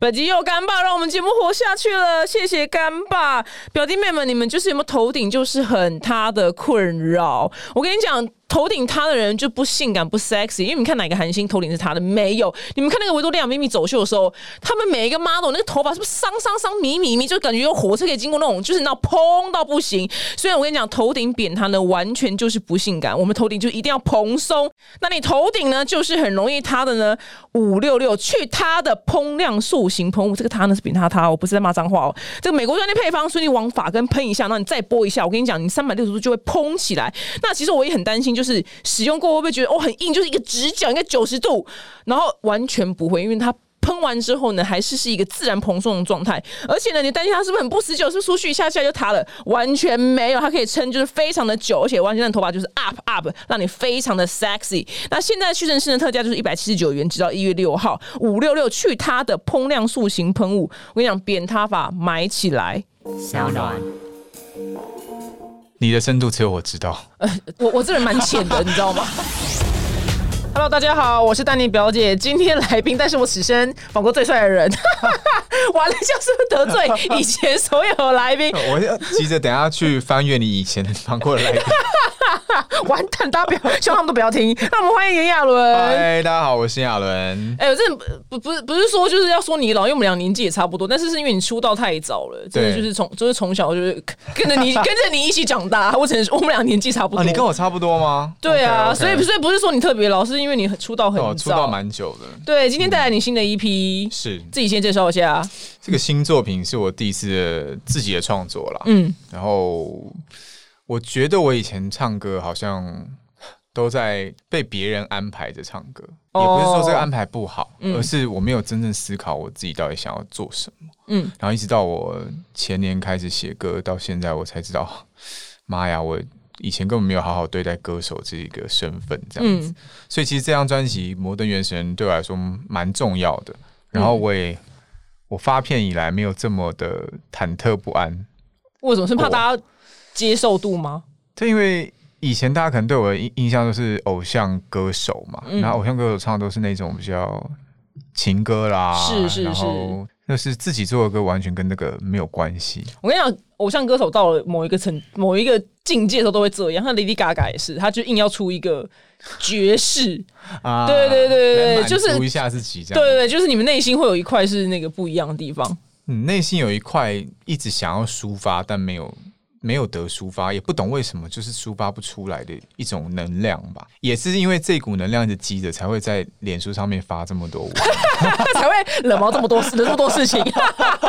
本集又干爸让我们节目活下去了，谢谢干爸。表弟妹们，你们就是有没有头顶就是很塌的困扰？我跟你讲，头顶塌的人就不性感不 sexy，因为你们看哪个韩星头顶是塌的没有？你们看那个维多利亚秘密走秀的时候，他们每一个 model 那个头发是不是桑桑桑米米米，就感觉有火车可以经过那种，就是那种砰到不行。虽然我跟你讲，头顶扁塌呢，完全就是不性感，我们头顶就一定要蓬松。那你头顶呢，就是很容易塌的呢，五六六去塌的膨量塑形喷雾，这个塌呢是扁塌塌哦，我不是在骂脏话哦。这个美国专利配方，所以你往法根喷一下，那你再拨一下，我跟你讲，你三百六十度就会蓬起来。那其实我也很担心，就是使用过后会不会觉得哦很硬，就是一个直角应该九十度，然后完全不会，因为它。喷完之后呢，还是是一个自然蓬松的状态，而且呢，你担心它是不是很不持久，是不是出去一下下就塌了，完全没有，它可以撑就是非常的久，而且完全让头发就是 up up，让你非常的 sexy。那现在屈臣氏的特价就是一百七十九元，直到一月六号，五六六去它的膨量塑形喷雾，我跟你讲，扁塌法买起来。小暖，你的深度只有我知道。我我这人蛮浅的，你知道吗？Hello，大家好，我是丹妮表姐，今天来宾，但是我此生访过最帅的人， 完了，像是不是得罪以前所有来宾？我要急着等下去翻阅你以前访过的 来宾。完蛋，大家不要，希望他们都不要听。那我们欢迎炎亚纶。嗨，大家好，我是亚伦。哎、我真的不不是不是说就是要说你老，因为我们俩年纪也差不多，但是是因为你出道太早了，真的对就是从就是从小就是跟着你跟着你一起长大，我只能说我们俩年纪差不多。啊，你跟我差不多吗？对啊 OK，OK 所以所以不是说你特别老，是因为你出道很对早，我出道蛮久的。对，今天带来你新的一批，是自己先介绍一下。这个新作品是我第一次的自己的创作啦。嗯，然后我觉得我以前唱歌好像都在被别人安排着唱歌，哦也不是说这个安排不好，嗯而是我没有真正思考我自己到底想要做什么。嗯，然后一直到我前年开始写歌，到现在我才知道， 妈呀，我以前根本没有好好对待歌手这一个身份，这样子。嗯所以其实这张专辑《摩登原神》对我来说蛮重要的。然后我也。我发片以来没有这么的忐忑不安，为什么是怕大家接受度吗？对，因为以前大家可能对我的印印象都是偶像歌手嘛，嗯然后偶像歌手唱的都是那种比较情歌啦，是是然后就是自己做的歌完全跟那个没有关系。我跟你讲，偶像歌手到了某一个层、某一个境界的时候都会这样。像 Lady Gaga 也是，她就硬要出一个爵 士。啊对对对对来满就是足一下自己这对样。对对，就是你们内心会有一块是那个不一样的地方。嗯，内心有一块一直想要抒发，但没有没有得抒发，也不懂为什么，就是抒发不出来的一种能量吧。也是因为这股能量一直积着，才会在脸书上面发这么多文。才会冷毛这么多 事，这么多事情。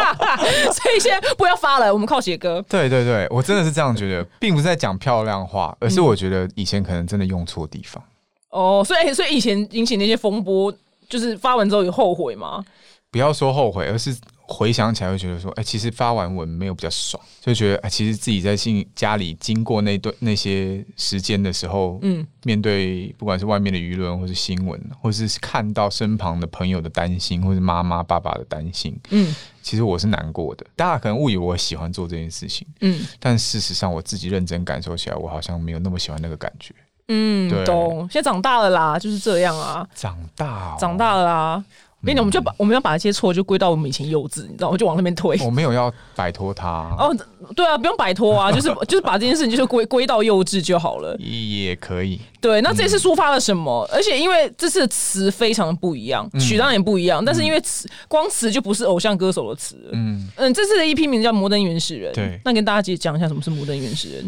所以现在不要发了，我们靠写歌。对对对，我真的是这样觉得，并不是在讲漂亮话，而是我觉得以前可能真的用错地方。哦，所以所以以前引起那些风波，就是发完之后有后悔吗？不要说后悔，而是回想起来会觉得说，哎、其实发完文没有比较爽，就觉得哎、其实自己在心家里经过那段那些时间的时候，嗯嗯，面对不管是外面的舆论，或是新闻，或是看到身旁的朋友的担心，或是妈妈爸爸的担心，嗯其实我是难过的。大家可能误以为我喜欢做这件事情，嗯但事实上我自己认真感受起来，我好像没有那么喜欢那个感觉。嗯，对懂。现在长大了啦，就是这样啊。长大、哦，长大了啦。我跟你讲，我们就嗯把我们要把一些错就归到我们以前幼稚，你知道吗？就往那边推。我没有要摆脱它，哦，对啊，不用摆脱 啊，就是就是把这件事情就是归归到幼稚就好了。也可以。对，那这嗯次抒发了什么？而且因为这次的词非常的不一样，嗯曲当然也不一样，但是因为词光词就不是偶像歌手的词了。嗯，嗯，这次的一批名叫《摩登原始人》，对那跟大家解讲一下什么是《摩登原始人》。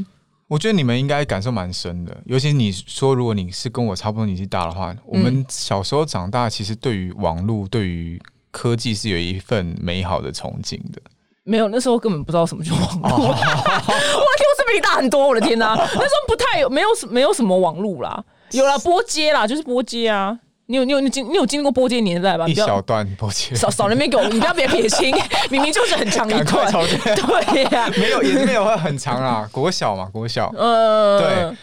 我觉得你们应该感受蛮深的，尤其你说如果你是跟我差不多年纪大的嗯话，我们小时候长大，其实对于网络、对于科技是有一份美好的憧憬的。没有，那时候根本不知道什么叫网络。哦 我的天，我是比你大很多，我的天 呐、那时候不太有，没有什没有什么网络啦，有啦，波街啦，就是波街啊。你有你有你经你有经历过波街年代吧？啊一你不要小段抱歉，少少那边给我，你不要别撇清，明明就是很长一赶快段。重来对呀、 没有也是没有会很长啦，国小嘛，国小。呃，对，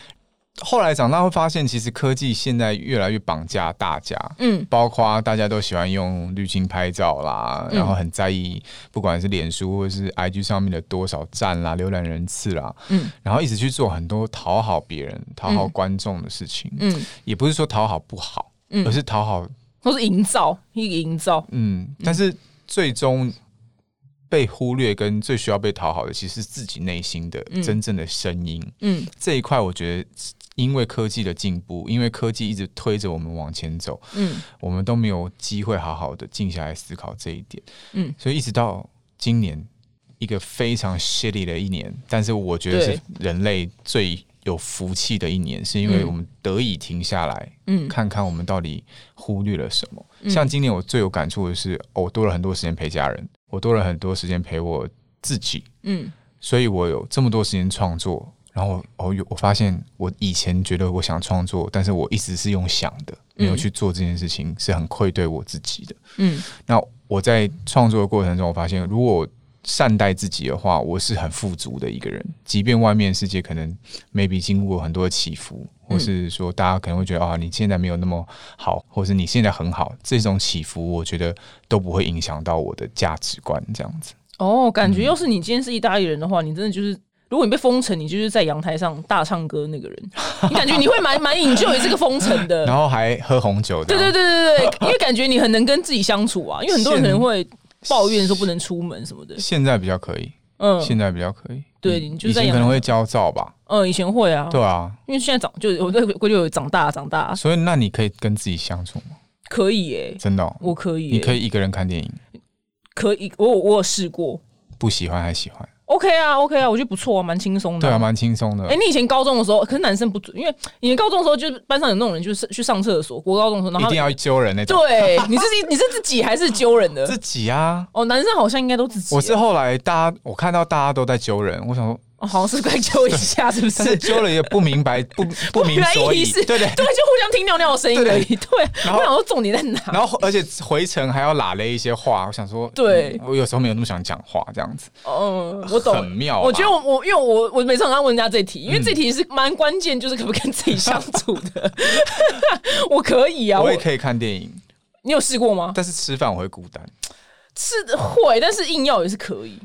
后来长大会发现，其实科技现在越来越绑架大家，嗯嗯，包括大家都喜欢用滤镜拍照啦，然后很在意，不管是脸书或是 IG 上面的多少赞啦、浏览人次啦，嗯嗯，然后一直去做很多讨好别人、讨好观众的事情，嗯，嗯，也不是说讨好不好，嗯而是讨好，都是营造，一个营造，嗯，但是最终被忽略跟最需要被讨好的，其实是自己内心的真正的声音。嗯，这一块，我觉得因为科技的进步，因为科技一直推着我们往前走，嗯，我们都没有机会好好的静下来思考这一点。嗯，所以一直到今年，一个非常 shitty 的一年，但是我觉得对是人类最有福气的一年，是因为我们得以停下来，嗯看看我们到底忽略了什么。像今年我最有感触的是，哦，我多了很多时间陪家人，我多了很多时间陪我自己，嗯所以我有这么多时间创作。然后我哦，有我发现我以前觉得我想创作，但是我一直是用想的，没有去做这件事情，是很愧对我自己的。嗯那我在创作的过程中，我发现如果我善待自己的话，我是很富足的一个人。即便外面世界可能 maybe 经过很多的起伏，或是说大家可能会觉得啊，你现在没有那么好，或是你现在很好，这种起伏，我觉得都不会影响到我的价值观。这样子，哦，感嗯觉要是你今天是意大利人的话，你真的就是。如果你被封城，你就是在阳台上大唱歌那个人，你感觉你会蛮蛮引咎于这个封城的。然后还喝红酒这对样，对对对对，因为感觉你很能跟自己相处啊，因为很多人可能会抱怨说不能出门什么的。现在比较可以，嗯现在比较可以。对以你就是在以前养可能会焦躁吧，嗯，以前会啊，对啊，因为现在长就我对规矩有长大长大，所以那你可以跟自己相处吗？可以耶、真的哦、我可以耶、你可以一个人看电影，可以，我有我有试过不喜欢还喜欢。 ，OK 啊 OK 啊，我觉得不错啊，蛮轻松的、对啊，。蛮轻松的。哎、你以前高中的时候，可是男生不准，因为你高中的时候就是班上有那种人，就是去上厕所。国高中的时候，然一后定他要揪人那种。对，你是自己你是自己还是揪人的？自己啊，哦，男生好像应该都自己耶，我是后来大家我看到大家都在揪人，我想 说，哦好像是该揪一下，是不但是是？揪了也不明白， 不不明所以，是，对对，就对。互相听尿尿的声音而对已。对，然我后想说重点在哪？然后而且回程还要拉了一些话，我想说，对嗯我有时候没有那么想讲话这样子。嗯，我懂，很妙吧嗯我觉得我我因为我我每次很爱问人家这题，因为这题是蛮关键，就是可不可以跟自己 相处的。我可以啊，我我也可以看电影，你有试过吗？但是吃饭我会孤单。是会，但是硬要也是可以，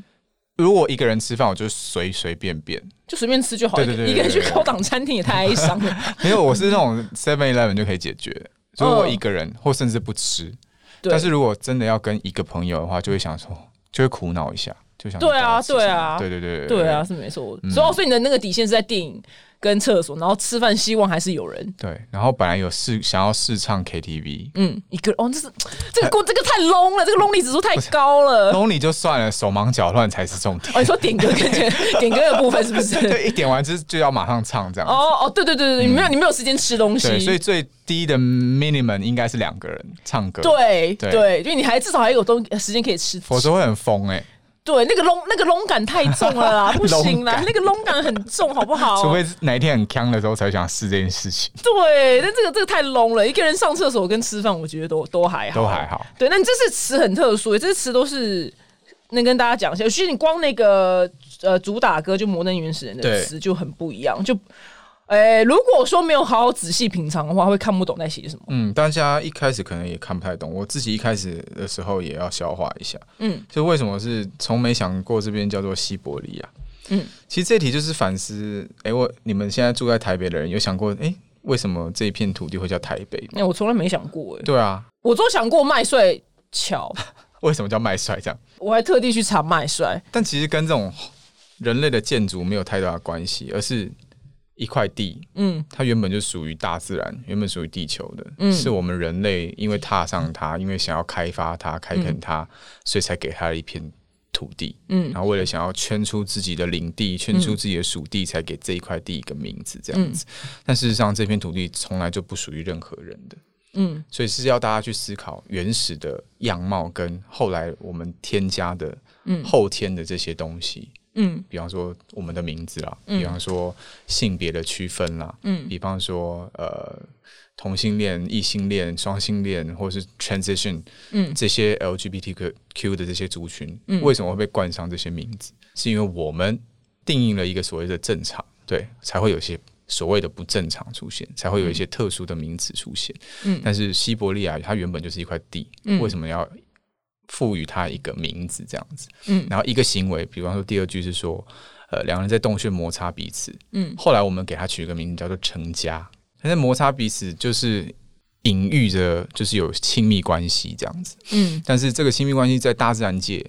如果我一个人吃饭，我就随随便便。就随便吃就好。对对对对一个人去对对高档餐厅也太哀伤 了。没有，我是那种 Seven Eleven 就可以解决。如果我一个人，或甚至不吃，哦对但是如果真的要跟一个朋友的话，就会想说，就会苦恼一下，就想对啊说到底对是啊什么对对对嗯对啊，，是没错。所以、所以你的那个底线是在电影跟厕所，然后吃饭希望还是有人。对，然后本来有试想要试唱 KTV。嗯，一个哦，这是这个过这个太 low 了，这个 lonely 指数太高了。 lonely 就算了，手忙脚乱才 是重点哦，。你说点歌 跟点歌的部分是不是？对，一点完之就要马上唱这样。哦哦，对对对对，你没有你没有时间吃东西，对，所以最低的 minimum 应该是两个人唱歌，，对对对，因为你还至少还有东时间可以吃。否则会很疯哎、对，那个笼那个笼感太重了 啦，不行啦笼，感那个笼感很重，好不好？ 除非是哪一天很呛的时候才想试这件事情，对，但这个这个太笼了，一个人上厕所跟吃饭，我觉得都都还好，都还好。对，那你这次词很特殊，欸这次词都是能跟大家讲一下。其实你光那个呃主打歌就《摩登原始人》的对词就很不一样，就。诶、如果说没有好好仔细品尝的话，会看不懂在写什么。嗯，大家一开始可能也看不太懂，我自己一开始的时候也要消化一下。嗯，就为什么是从没想过这边叫做西伯利亚？嗯，其实这题就是反思，哎、我你们现在住在台北的人有想过，哎、为什么这一片土地会叫台北吗？那、我从来没想过、诶，欸对啊，我都想过麦穗桥，为什么叫麦帅这样？我还特地去查麦穗。但其实跟这种人类的建筑没有太大的关系，而是一块地，嗯，它原本就属于大自然，原本属于地球的，是我们人类因为踏上嗯它，因为想要开发它、开垦它，所以才给它一片土地，嗯然后为了想要圈出自己的领地、圈出自己的属地，才给这一块地一个名字这样子。但事实上，这片土地从来就不属于任何人的。嗯，所以是要大家去思考原始的样貌跟后来我们添加的后天的这些东西。嗯，比方说我们的名字啦，比方说性别的区分啦，嗯，比方说呃同性恋、异性恋、双性恋或是 transition，嗯，这些 LGBTQ 的这些族群，为什么会被冠上这些名字？是因为我们定义了一个所谓的正常，对，才会有些所谓的不正常出现，才会有一些特殊的名词出现。嗯，但是西伯利亚它原本就是一块地，为什么要赋予它一个名字这样子？嗯，然后一个行为，比方说第二句是说，呃，两人在洞穴摩擦彼此。嗯，后来我们给它取一个名字叫做成家，但是摩擦彼此就是隐喻着就是有亲密关系这样子。嗯，但是这个亲密关系在大自然界，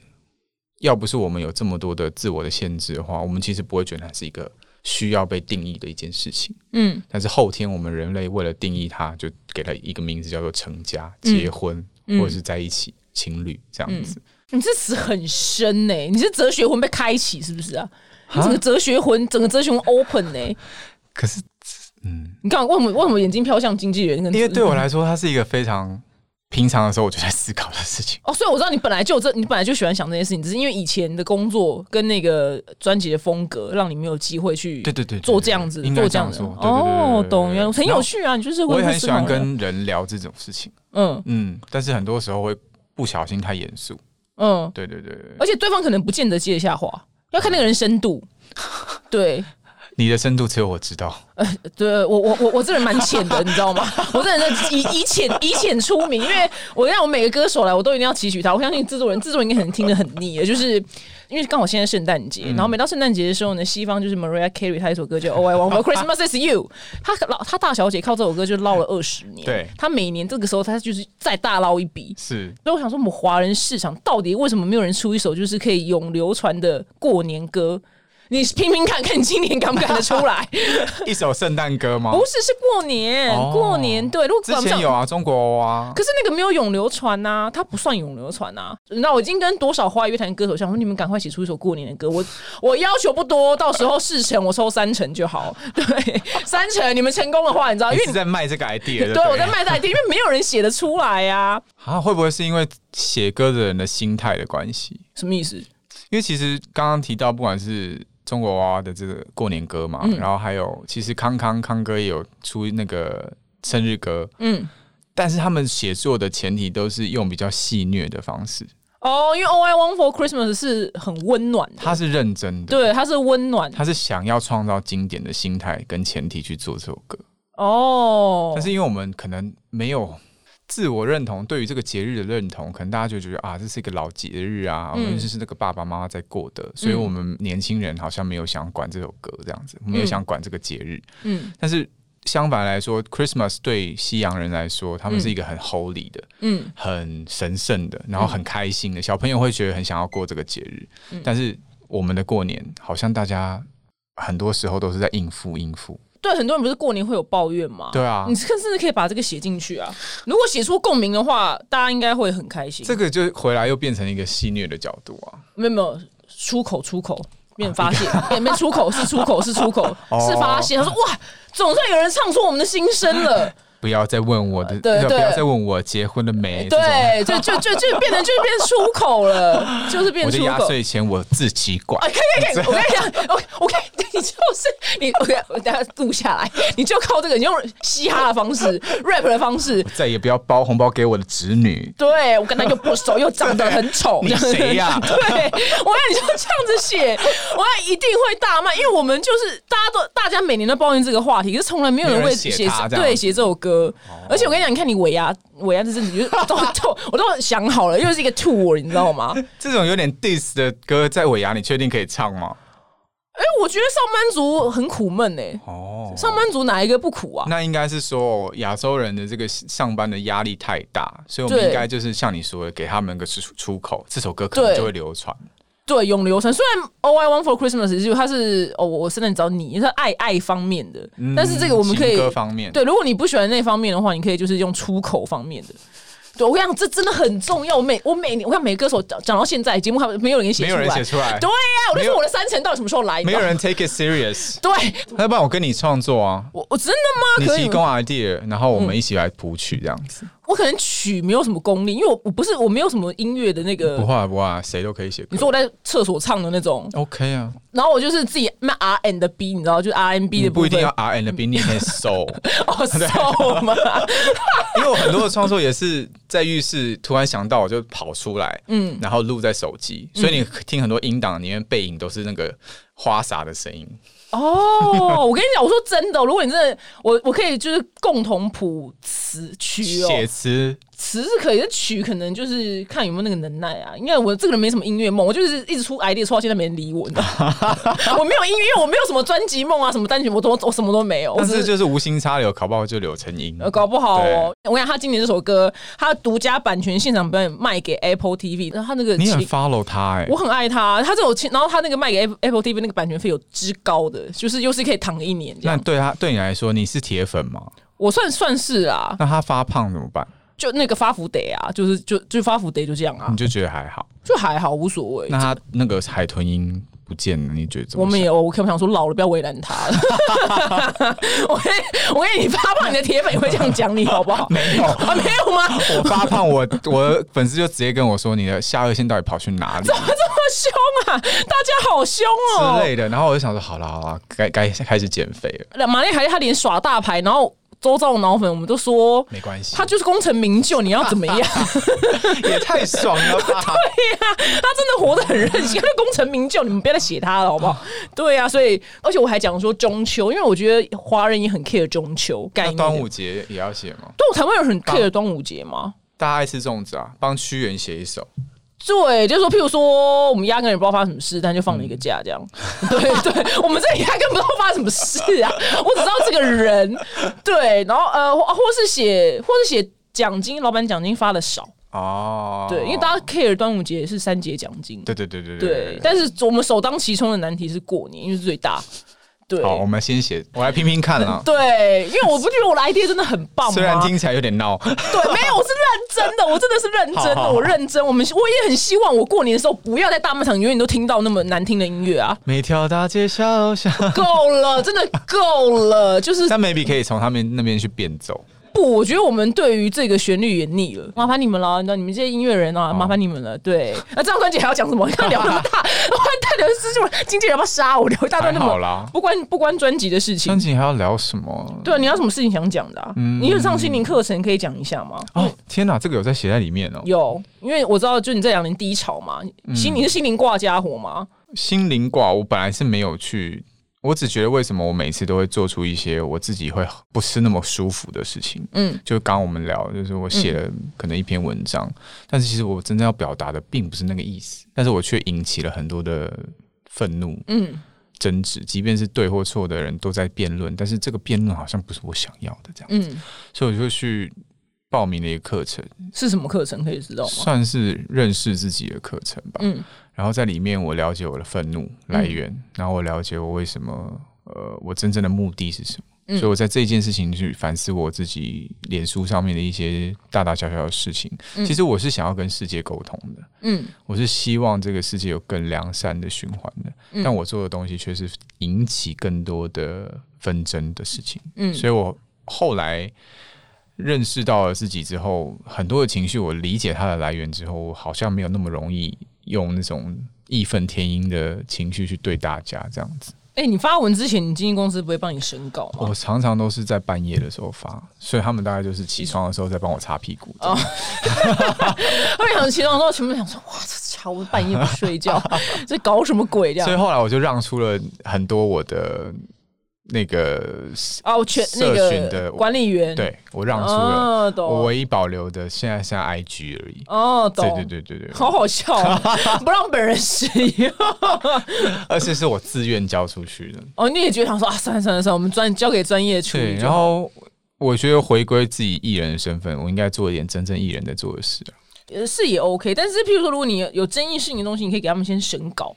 要不是我们有这么多的自我的限制的话，我们其实不会觉得它是一个需要被定义的一件事情。嗯，但是后天我们人类为了定义它，就给它一个名字叫做成家、嗯结婚，嗯或者是在一起、情侣这样子。你这词很深呢、欸你是哲学魂被开启是不是啊？你整个哲学魂，整个哲学魂 open 呢、可是，嗯你干嘛？为什么为什么眼睛飘向经纪人？因为对嗯我来说，它是一个非常平常的时候我就在思考的事 情。哦，所以我知道你本来就有这，你本来就喜欢想这件事情，只是因为以前的工作跟那个专辑的风格，让你没有机会去对对对对做这样子应该做这样的说对对对对对哦对，懂，原来然后很有趣啊！你就是我会也很思喜考欢的跟人聊这种事情，嗯嗯，但是很多时候会不小心太严肃。嗯，对对对对，而且对方可能不见得接得下话，要看那个人深 度。对，你的深度只有我知道。对我我我我这人蛮浅的，你知道吗？ 我这人以以浅以浅出名，因为我让我每个歌手来，我都一定要期许他。我相信制作人，制作人应该很听得很腻了，就是因为刚好现在圣诞节，然后每到圣诞节的时候呢，西方就是 Mariah Carey 她有一首歌叫《Oh I Want for Christmas Is You》，她老她大小姐靠这首歌就捞了二十年，对她每年这个时候她就是再大捞一笔，是， 所以我想说，我们华人市场到底为什么没有人出一首就是可以永流传的过年歌？你拼拼看看，你今年敢不敢得出来？一首圣诞歌吗？不是，是过年，哦过年对。如果之管不前上，有啊，中国啊，可是那个没有永流传呐、它不算永流传呐、那我已经跟多少华语乐坛歌手想说，你们赶快写出一首过年的歌。我我要求不多，到时候事成我抽三成就好。 对，三成你们成功的话，你知道，因你为是你在卖这个 idea 的。对我在卖代替，因为没有人写得出来呀、啊，会不会是因为写歌的人的心态的关系？什么意思？因为其实刚刚提到，不管是中国娃娃的这个过年歌嘛，嗯然后还有其实康康康哥也有出那个生日歌，嗯。但是他们写作的前提都是用比较戏谑的方式，哦，因为 All I Want for Christmas 是很温暖的，他是认真的，对，它是温暖他是想要创造经典的心态跟前提去做这首歌。哦但。是因为我们可能没有自我认同，对于这个节日的认同，可能大家就觉得啊，这是一个老节日啊，我嗯们就是那个爸爸妈妈在过的，所以我们年轻人好像没有想管这首歌这样子，没有想管这个节日。嗯但是相反来说，Christmas 对西洋人来说，他们是一个很 holy 的、嗯很神圣的，然后很开心的，小朋友会觉得很想要过这个节日。嗯但是我们的过年，好像大家很多时候都是在应付应付。对，很多人不是过年会有抱怨吗？对啊哦你甚至可以把这个写进去啊。如果写出共鸣的话，大家应该会很开心。这个就回来又变成一个戏谑的角度啊。没有没有出口出口。变发泄，变变出口是出口是出口是发泄。他说：“哇，总算有人唱出我们的心声了。不要再问我的，呃对不要对不要再问我结婚了 没？”这种，对，就就就就变成就变出口了，就是变我的出压口。岁钱我自己管啊，。可以可 以可以，我跟你讲，我我跟你， 你就是你，我跟我等下录下来，你就靠这个，你用嘻哈的方式、rap 的方式，再也不要包红包给我的侄女。对我跟他又不熟，又长得很丑， 你谁呀 对，我看你就这样子写，我看一定会大卖，因为我们就是大家都大家每年都抱怨这个话题，可是从来没有人没有会人写写它这样哦对写这首歌，而且我跟你讲，你看你尾牙尾牙这阵子，就是都都我都想好了，又是一个 tour，你知道吗？哎这种有点 diss 的歌，在尾牙你确定可以唱吗？哎，我觉得上班族很苦闷哎。哦，上班族哪一个不苦啊？那应该是说亚洲人的这个上班的压力太大，所以我们对应该就是像你说的，给他们个出出口，这首歌可能对就会流传。对，永流传。虽然哦 All I Want for Christmas is You，它是哦，我我圣诞找你，它是爱爱方面的，但是这个我们可以情歌方面对，如果你不喜欢那方面的话，你可以就是用出口方面的。对，我跟你讲，这真的很重要。我每我每年，我看每个歌手讲讲到现在，节目还没有人给写没出有来，人写出来对呀、啊我就没有说我的三成到底什么时候来？你没知道有吗人 take it serious，对，啊要不然我跟你创作啊，我我真的你吗？可以提吗嗯供 idea，然后我们一起来谱曲这样子。我可能曲没有什么功力，因为我我不是我没有什么音乐的那个不。会不会，谁都可以写歌。你说我在厕所唱的那种， OK 啊，然后我就是自己卖 R and B，你知道，就是 R N B 你的部不一分，定要 R N B，你也可以 soul。哦，瘦吗？因为我很多的创作也是在浴室突然想到，我就跑出来，嗯，然后录在手机，嗯所以你听很多音档里面背影都是那个花洒的声音。 哦，我跟你讲，我说真的，如果你真的，我我可以就是共同谱词曲哦，写词词是可以，但曲可能就是看有没有那个能耐啊。因为我这个人没什么音乐梦，我就是一直出 idea 出到现在没人理我，你知道 吗？我没有音乐，我没有什么专辑梦啊，什么单曲我都我什么都没有。我但只是是就是无心插柳，搞不好就柳成荫。呃，搞不好哦。我想他今年这首歌，他独家版权现场表演卖给 Apple TV，然后他那个你很其 follow 他哎、我很爱他，他这首然后他那个卖给 Apple- Apple TV 那个版权费有之高的，就是又是可以躺一年这那样。对他对你来说，你是铁粉吗？我算算是啊，那他发胖怎么办？就那个发福得啊，就是就就发福得就这样啊你，就觉得还好？就还好无所谓。嗯那他啊那个海豚音不见了，你觉得怎么我想？们也 OK，我想说老了不要为难他了。 我跟我跟你发胖，你的铁粉也会这样讲你好不好？没有。啊，没有吗？这我发胖，我我的粉丝就直接跟我说你的下颚线到底跑去哪里么凶啊！大家好凶哦之。类的，然后我就想说，好了好了，该该开始减肥了，那马丽还他连耍大牌，然后周遭的脑粉我们都说没关系，他就是功成名就，你要怎么样？也太爽了 吧！他真的活得很任性，他功成名就，你们不要再写他了，好不好？对啊，所以而且我还讲说中秋，因为我觉得华人也很 care 中秋概那念。端午节也要写吗？对，台湾人很 care 端午节吗？大家爱吃粽子啊，帮屈原写一首。对，就是说，譬如说，我们压根也不知道发生什么事，但就放了一个假，这样。嗯对对，我们这里压根不知道发生什么事啊，我只知道这个人。对，然后呃，或或是写，或是写奖金，老板奖金发的少。哦，对，因为大家 care 端午节是三节奖金。对对对对对，但是我们首当其冲的难题是过年，因为是最大。对嗯好，我们先写，我来拼拼看啊。对，因为我不觉得我的 idea 真的很 棒吗？虽然听起来有点闹，对，没有，我是认真的，我真的是认真的，好好好！我认真。我们我也很希望我过年的时候不要在大卖场永远都听到那么难听的音乐啊 每条大街小巷，够了，真的够了，就是但 maybe 可以从他们那边去变奏。不，我觉得我们对于这个旋律也腻了，麻烦你们了，你知道你们这些音乐人啊，麻烦你们了。对，啊，这张专辑还要讲什 么？看聊那么大， 我大聊失就经纪人要不要杀我？聊一大段那还好么啦不关不关专辑的事张情。景还要聊什么？对啊，你有什么事情想讲的啊？嗯你有上心灵课程可以讲一下吗？哦，天哪，这个有在写在里面哦。有，因为我知道，就你这两年低潮嘛，嗯心你是心灵挂家伙嘛，心灵卦，我本来是没有去，我只觉得为什么我每次都会做出一些我自己会不是那么舒服的事情。嗯，就刚刚我们聊，就是我写了可能一篇文章，但是其实我真正要表达的并不是那个意思，但是我却引起了很多的愤怒、嗯，争执，即便是对或错的人都在辩论，但是这个辩论好像不是我想要的这样，嗯，所以我就去报名了一个课程，是什么课程可以知道吗？算是认识自己的课程吧。嗯然后在里面我了解我的愤怒来源，然后我了解我为什么，呃，我真正的目的是什么。嗯所以我在这件事情去反思我自己脸书上面的一些大大小小的事情。嗯其实我是想要跟世界沟通的，嗯我是希望这个世界有更良善的循环的，嗯但我做的东西却是引起更多的纷争的事情。嗯所以我后来认识到了自己之后，很多的情绪我理解它的来源之后，我好像没有那么容易用那种义愤填膺的情绪去对大家这样子。哎、你发文之前，你经纪公司不会帮你审稿吗？我常常都是在半夜的时候发，所以他们大概就是起床的时候在帮我擦屁股。哦他们想起床之后，全部想说，哇，这家伙半夜不睡觉， 这搞什么鬼这所以样？后来我就让出了很多我的那个，哦，全那社群个的管理员，对我让出了。哦，我懂，唯一保留的现在现在 IG 而已。哦，对懂，对对对对，好好笑 哦、不让本人使用。而且是我自愿交出去的。哦，你也觉得想说啊，算了算了算了，我们专交给专业处对，理就然好。后我觉得回归自己艺人的身份，我应该做一点真正艺人在做的事。啊呃，是也 OK，但是譬如说，如果你有争议性的东西，你可以给他们先审稿，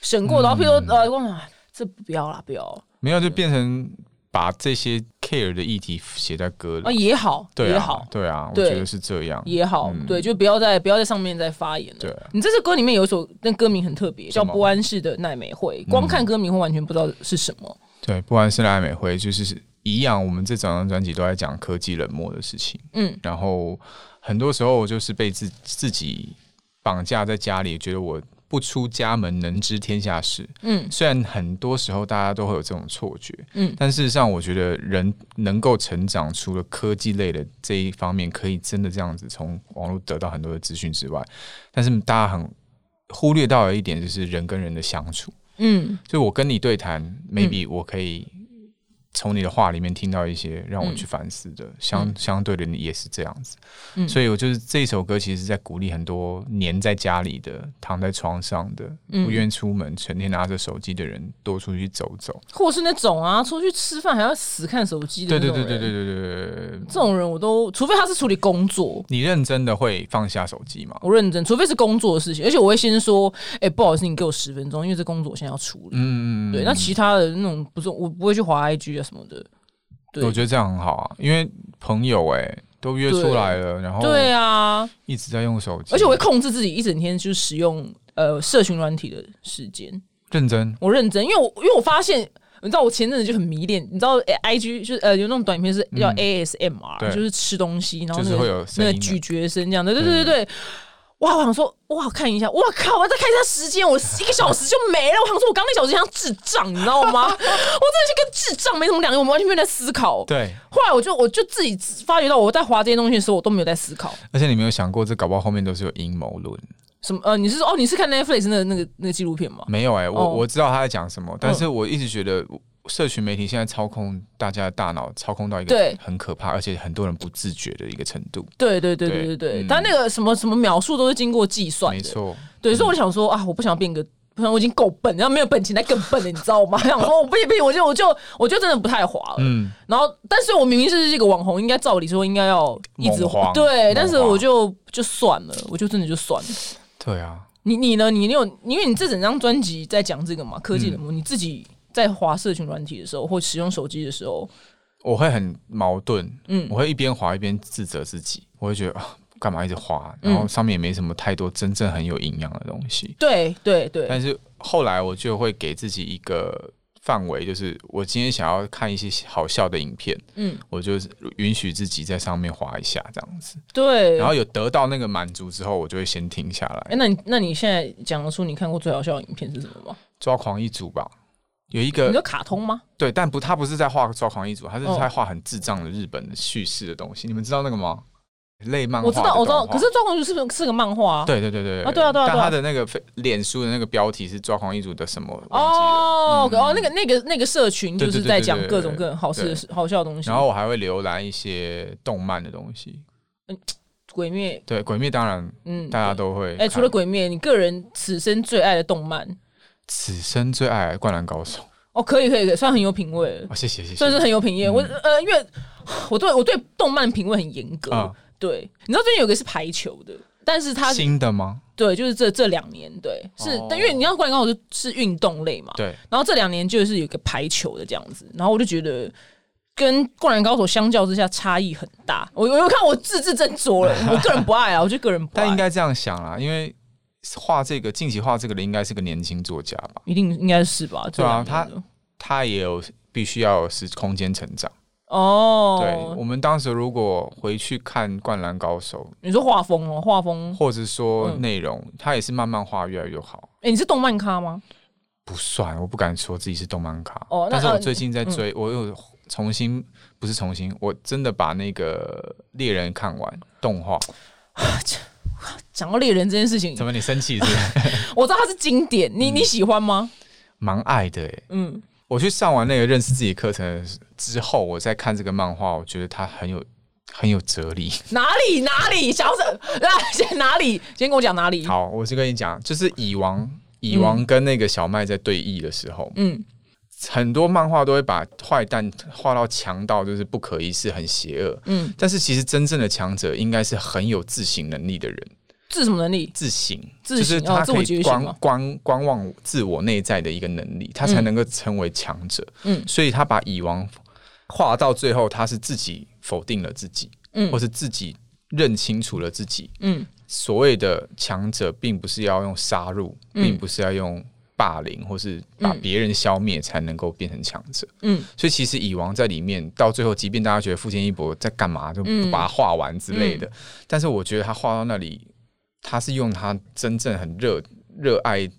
审过，然后譬如说，嗯呃，我想啊这不要啦，不要啊、没有，就变成把这些 care 的议题写在歌里。哦也好，对也啊好，。对啊，我对觉得是这样。也好，对，就不要在不要在上面再发言了。对啊你这次歌里面有一首那歌名很特别，叫《么嗯波安市的奈美惠》，光看歌名会完全不知道是什么。对，不管是赖美惠，就是一样，我们这整张专辑都在讲科技冷漠的事情。嗯，然后很多时候我就是被自自己绑架在家里，觉得我不出家门能知天下事。嗯虽然很多时候大家都会有这种错觉，嗯嗯，但事实上我觉得人能够成长，除了科技类的这一方面，可以真的这样子从网络得到很多的资讯之外，但是大家很忽略到了一点，就是人跟人的相处。嗯就我跟你对谈，maybe 我可以从你的话里面听到一些让我去反思的，嗯相相对的你也是这样子，所以我就是这一首歌其实是在鼓励很多黏在家里的、躺在床上的、嗯不愿出门、成天拿着手机的人，多出去走走。或者是那种啊，出去吃饭还要死看手机的对那对种对人，对对对对对，这种人我都，除非他是处理工作，你认真的会放下手机吗？我认真，除非是工作的事情，而且我会先说，哎、不好意思，你给我十分钟，因为这工作我现在要处理。嗯，对，那其他的那种不是，我不会去划 IG 啊什么的。对我觉得这样很好啊，因为朋友哎、都约出来了，然后对啊，一直在用手机，而且我会控制自己一整天就是使用呃社群软体的时间，认真，我认真，因为我因为我发现。你知道我前阵子就很迷恋，你知道诶，I G 就是呃有那种短片是叫 ASMR，、嗯对就是吃东西，然后那就是会个有声那个音的咀嚼声这样的，对对对对。哇，我想说，哇，看一下，哇靠！我再看一下时间，我一个小时就没了。我想说，我刚那小时像智障，你知道吗？我 真的是跟智障没什么两样，我完全没有在思考。对，后来我就我就自己发觉到，我在划这些东西的时候，我都没有在思考。而且你没有想过，这搞不好后面都是有阴谋论。什么？呃，你是说哦，你是看 Netflix 那个那个那个纪录片吗？没有哎、我、哦嗯我知道他在讲什么，但是我一直觉得社群媒体现在操控大家的大脑，操控到一对个很可怕，而且很多人不自觉的一个程度。对对对对对对对，嗯他、那个什么什么描述都是经过计算没的，错，嗯对，所以我想说啊，我不想变个，不然我已经够笨，然后没有本钱再更笨了，你知道 吗？想说我不行不行，我就我就我就真的不太滑了。嗯，然后，但是我明明是这个网红，应该照理说应该要一直猛滑对，猛但是滑我就就算了，我就真的就算了。对啊，你你呢？你你有因为你这整张专辑在讲这个嘛，科技嗯冷漠，你自己在滑社群软体的时候，或使用手机的时候，我会很矛盾，嗯嗯，我会一边滑一边自责自己，我会觉得啊，干嘛一直滑？嗯然后上面也没什么太多真正很有营养的东西。对对对，但是后来我就会给自己一个范围，就是我今天想要看一些好笑的影片，嗯，我就是允许自己在上面滑一下这样子，对。然后有得到那个满足之后，我就会先停下哎、来。那你那你现在讲得出你看过最好笑的影片是什么吗？抓狂一组吧，有一你个说卡通吗？对，但不，他不是在画抓狂一组，他是哦在画很智障的日本的叙事的东西，你们知道那个吗？类漫画我的知动画，道，我知道。可是《抓狂就是是个漫画、啊，对对对对啊对啊对啊但对啊他的那个脸书的那个标题是“抓狂一组”的什么？忘记了。嗯哦、哦，那个那个那个社群对就对是对在对讲对各对种各样好事的对事好笑的东西。然后我还会浏览一些动漫的东西。鬼灭，对，《鬼灭》当然嗯，大家都会哎、看。除了鬼灭，你个人此生最爱的动漫，此生最爱《灌篮高手》哦，可以可以，可以算很有品味了。哦，谢谢谢算是谢。很有品味。我呃，因为我对我对动漫品味很严格。啊对，你知道最近有个是排球的，但是它新的吗？对，就是这这两年对是，哦但因为你要灌篮高手是运动类嘛，对，然后这两年就是有个排球的这样子，然后我就觉得。跟《灌篮高手》相较之下，差异很大。我我有看，我字字斟酌了。我个人不爱啊，我就个人不爱。但应该这样想啦，因为画这个近期画这个的应该是个年轻作家吧，一定应该是吧？对啊这两年的他也有必须要有是空间成长。对哦，我们当时如果回去看《灌篮高手你说画风哦，画风》，。或者说嗯内容，他也是慢慢画越来越好。哎、你是动漫咖吗？不算，我不敢说自己是动漫咖。哦那但是呃我最近在追，我又重新不是重新，我真的把那个猎人看完动画。嗯讲到猎人这件事情怎，么你生 气是不是？我知道它是经典。你嗯你喜欢吗？蛮爱的哎、嗯，我去上完那个认识自己课程之后，我再看这个漫画，我觉得它很有很有哲理。哪里哪里，想要是来 先哪里，先跟我讲哪里。好，我就跟你讲，就是蚁王蚁王跟那个小麦在对弈的时候，嗯，很多漫画都会把坏蛋画到强到就是不可一世、很邪恶。嗯嗯，但是其实真正的强者应该是很有自省能力的人，自什么能力？自省，自就省是哦他自我可以觉醒哦观嘛观观望自我内在的一个能力，他才能够成为强者。嗯嗯，所以他把蚁王画到最后，他是自己否定了自己，嗯或是自己认清楚了自己，嗯所谓的强者，并不是要用杀戮，嗯并不是要用霸凌，或是把别人消灭才能够变成强者。嗯，所以其实蚁王在里面到最后，即便大家觉得富坚义博在干嘛，就把它画完之类的，但是我觉得他画到那里，他是用他真正很热热爱。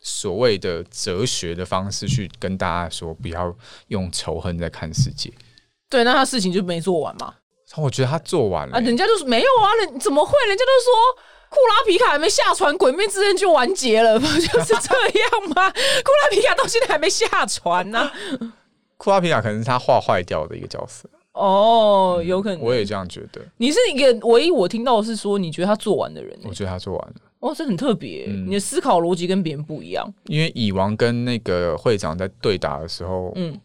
所谓的哲学的方式去跟大家说，不要用仇恨在看世界。对，那他事情就没做完嘛。我觉得他做完了、啊，人家就是没有啊，人怎么会？人家就说。库拉皮卡还没下船，鬼灭之刃就完 结了，不就是这样吗？库拉皮卡到现在还没下船呢、库拉皮卡可能是他画坏掉的一个角色，哦，有可能。我也这样觉得。你是一个唯一我听到的是说，你觉得他做完的人欸、我觉得他做完了，哦，这很特别欸、嗯你的思考逻辑跟别人不一样。因为蚁王跟那个会长在对打的时候，嗯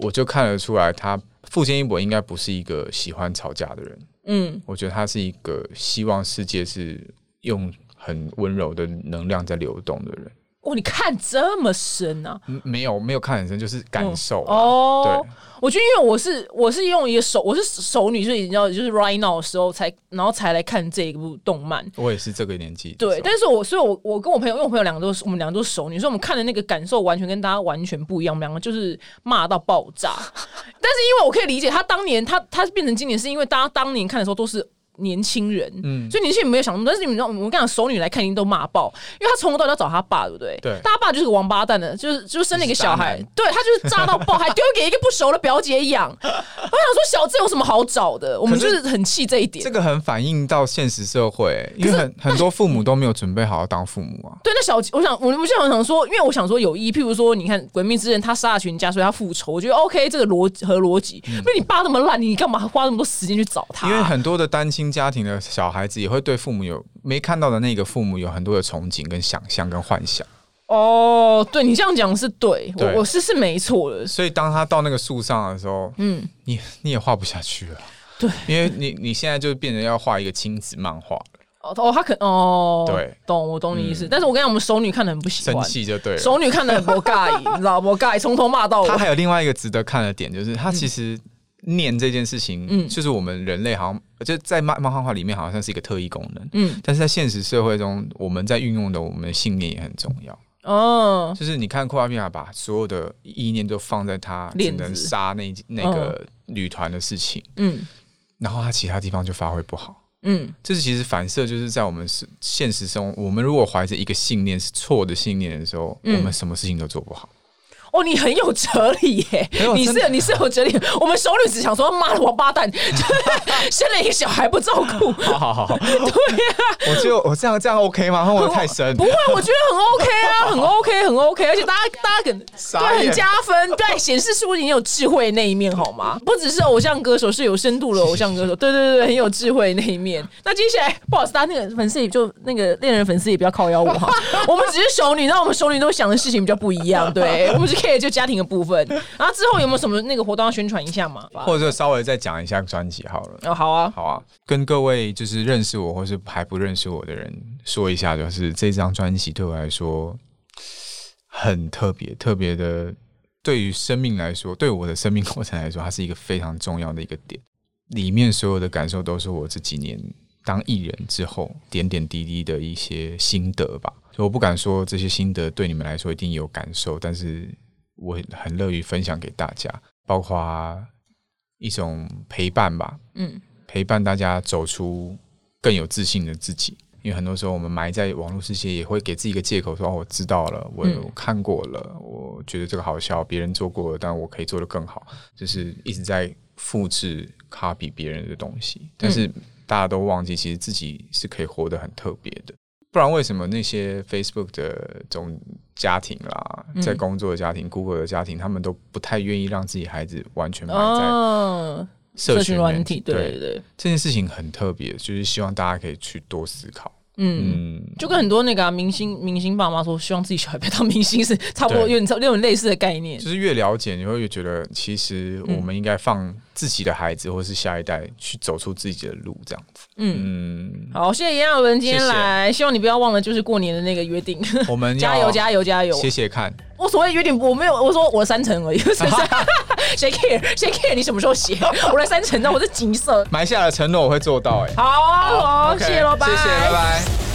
我就看得出来他富坚义博应该不是一个喜欢吵架的人，嗯我觉得他是一个希望世界是用很温柔的能量在流动的人。哦，你看这么深啊！嗯没有没有看很深，就是感受啊、哦对，我觉得因为我是我是用一个熟我是熟女，所以你知道，就是 right now 的时候才，然后才来看这一部动漫。我也是这个年纪，对，但是我所以我，我跟我朋友，因为我朋友两个都是我们两个都是熟女，所以我们看的那个感受完全跟大家完全不一样，我们两个就是骂到爆 炸。但是因为我可以理解，他当年他他变成今年，是因为大家当年看的时候都是。年轻人，嗯，所以年轻人没有想那么多，但是你们知道，我们刚讲熟女来看，一定都骂爆，因为他从头到尾要找他爸，对不对？对但他爸就是个王八蛋的，就是就是生了一个小孩就是渣，对他就是渣到爆，还丢给一个不熟的表姐 养。我想说，小智有什么好找的？我们就是很气这一点这。个很反映到现实社会、因为很很多父母都没有准备好好当父母啊。对，那小我想，我们就想想说，因为我想说有意，譬如说，你看《鬼灭之刃》，他杀了全家，所以他复仇，我觉得 OK，这个逻辑合逻辑。那、你爸那么烂，你干嘛花那么多时间去找他？嗯因为很多的单亲家庭的小孩子也会对父母有没看到的那个父母有很多的憧憬、跟想象、跟幻想，哦，对你这样讲是对，对我我是是没错的，所以当他到那个树上的时候，嗯，你你也画不下去了，对，因为你你现在就变成要画一个亲子漫画了，哦哦，他可哦，对，懂我懂你意思，但是我跟你讲，我们熟女看的很不喜嗯生欢，气就对了。熟女看的很不尬意，你知道不尬意，从头骂到尾他。还有另外一个值得看的点，就是他其实嗯念这件事情，就是我们人类好像就在漫漫画画里面好像是一个特异功能，嗯但是在现实社会中，我们在运用的我们的信念也很重要。嗯，就是你看库拉皮卡把所有的意念都放在他只链子能杀那那个女团的事情，嗯然后他其他地方就发挥不好。嗯，这是其实反射，就是在我们是现实中，我们如果怀着一个信念是错的信念的时候，嗯我们什么事情都做不好。哦，你很有哲理耶没有！你哎真是的你是有哲理。我们熟女只想说，妈的王八蛋， 就是生了一个小孩不照顾， 好好好好， 对啊呀、我就我这样这样 OK 吗？我太 深不，会，我觉得很 OK 啊，很 OK，很 OK，而且大家大家肯傻眼对很加分，对显示出你有智慧那一面好吗？不只是偶像歌手，是有深度的偶像歌手，对对对，很有智慧那一面。那接下来不好意思，大家那个粉丝也就那个恋人粉丝也不要靠邀我哈，我们只是熟女，那我们熟女都想的事情比较不一样，对我们是 care 就家庭的部分。然后之后有没有什么那个活动要宣传一下嘛？或者稍微再讲一下专辑好了。哦，好啊，好啊，跟各位就是认识我或是还不认识我的人说一下，就是这张专辑对我来说很特别，特别的对于生命来说，对我的生命过程来说，它是一个非常重要的一个点。里面所有的感受都是我这几年当艺人之后点点滴滴的一些心得吧。所以我不敢说这些心得对你们来说一定有感受，但是我很乐于分享给大家，包括一种陪伴吧，嗯陪伴大家走出更有自信的自己。因为很多时候我们埋在网络世界，也会给自己一个借口说：“哦，我知道了，嗯我有看过了，我觉得这个好笑，别人做过了，但我可以做得更好。”就是一直在复制、copy 别人的东嗯西，但是大家都忘记，其实自己是可以活得很特别的。不然为什么那些 Facebook 的这种家庭啦，嗯在工作的家庭、Google 的家庭，他们都不太愿意让自己孩子完全埋啊在哦，社群软媒体，对对对对，这件事情很特别，就是希望大家可以去多思考。嗯。嗯，就跟很多那个、啊、明星明星爸妈说，希望自己小孩不要当明星是 差不多，对有点差有点类似的概念。就是越了解，你会越觉得其实我们应该放自己的孩子或是下一代去走出自己的路，这样子。嗯，好，谢谢炎亚纶今天谢谢来，希望你不要忘了就是过年的那个约定， 我们要 加油加油加油！写写看，我所谓约定，我没有我说我三成而 已，是不 是谁 care 谁 care 你什么时候写？我来三成，那我是金色。啊埋下的承诺我会做到、欸。哎，好，好，谢谢喽，谢谢，拜拜。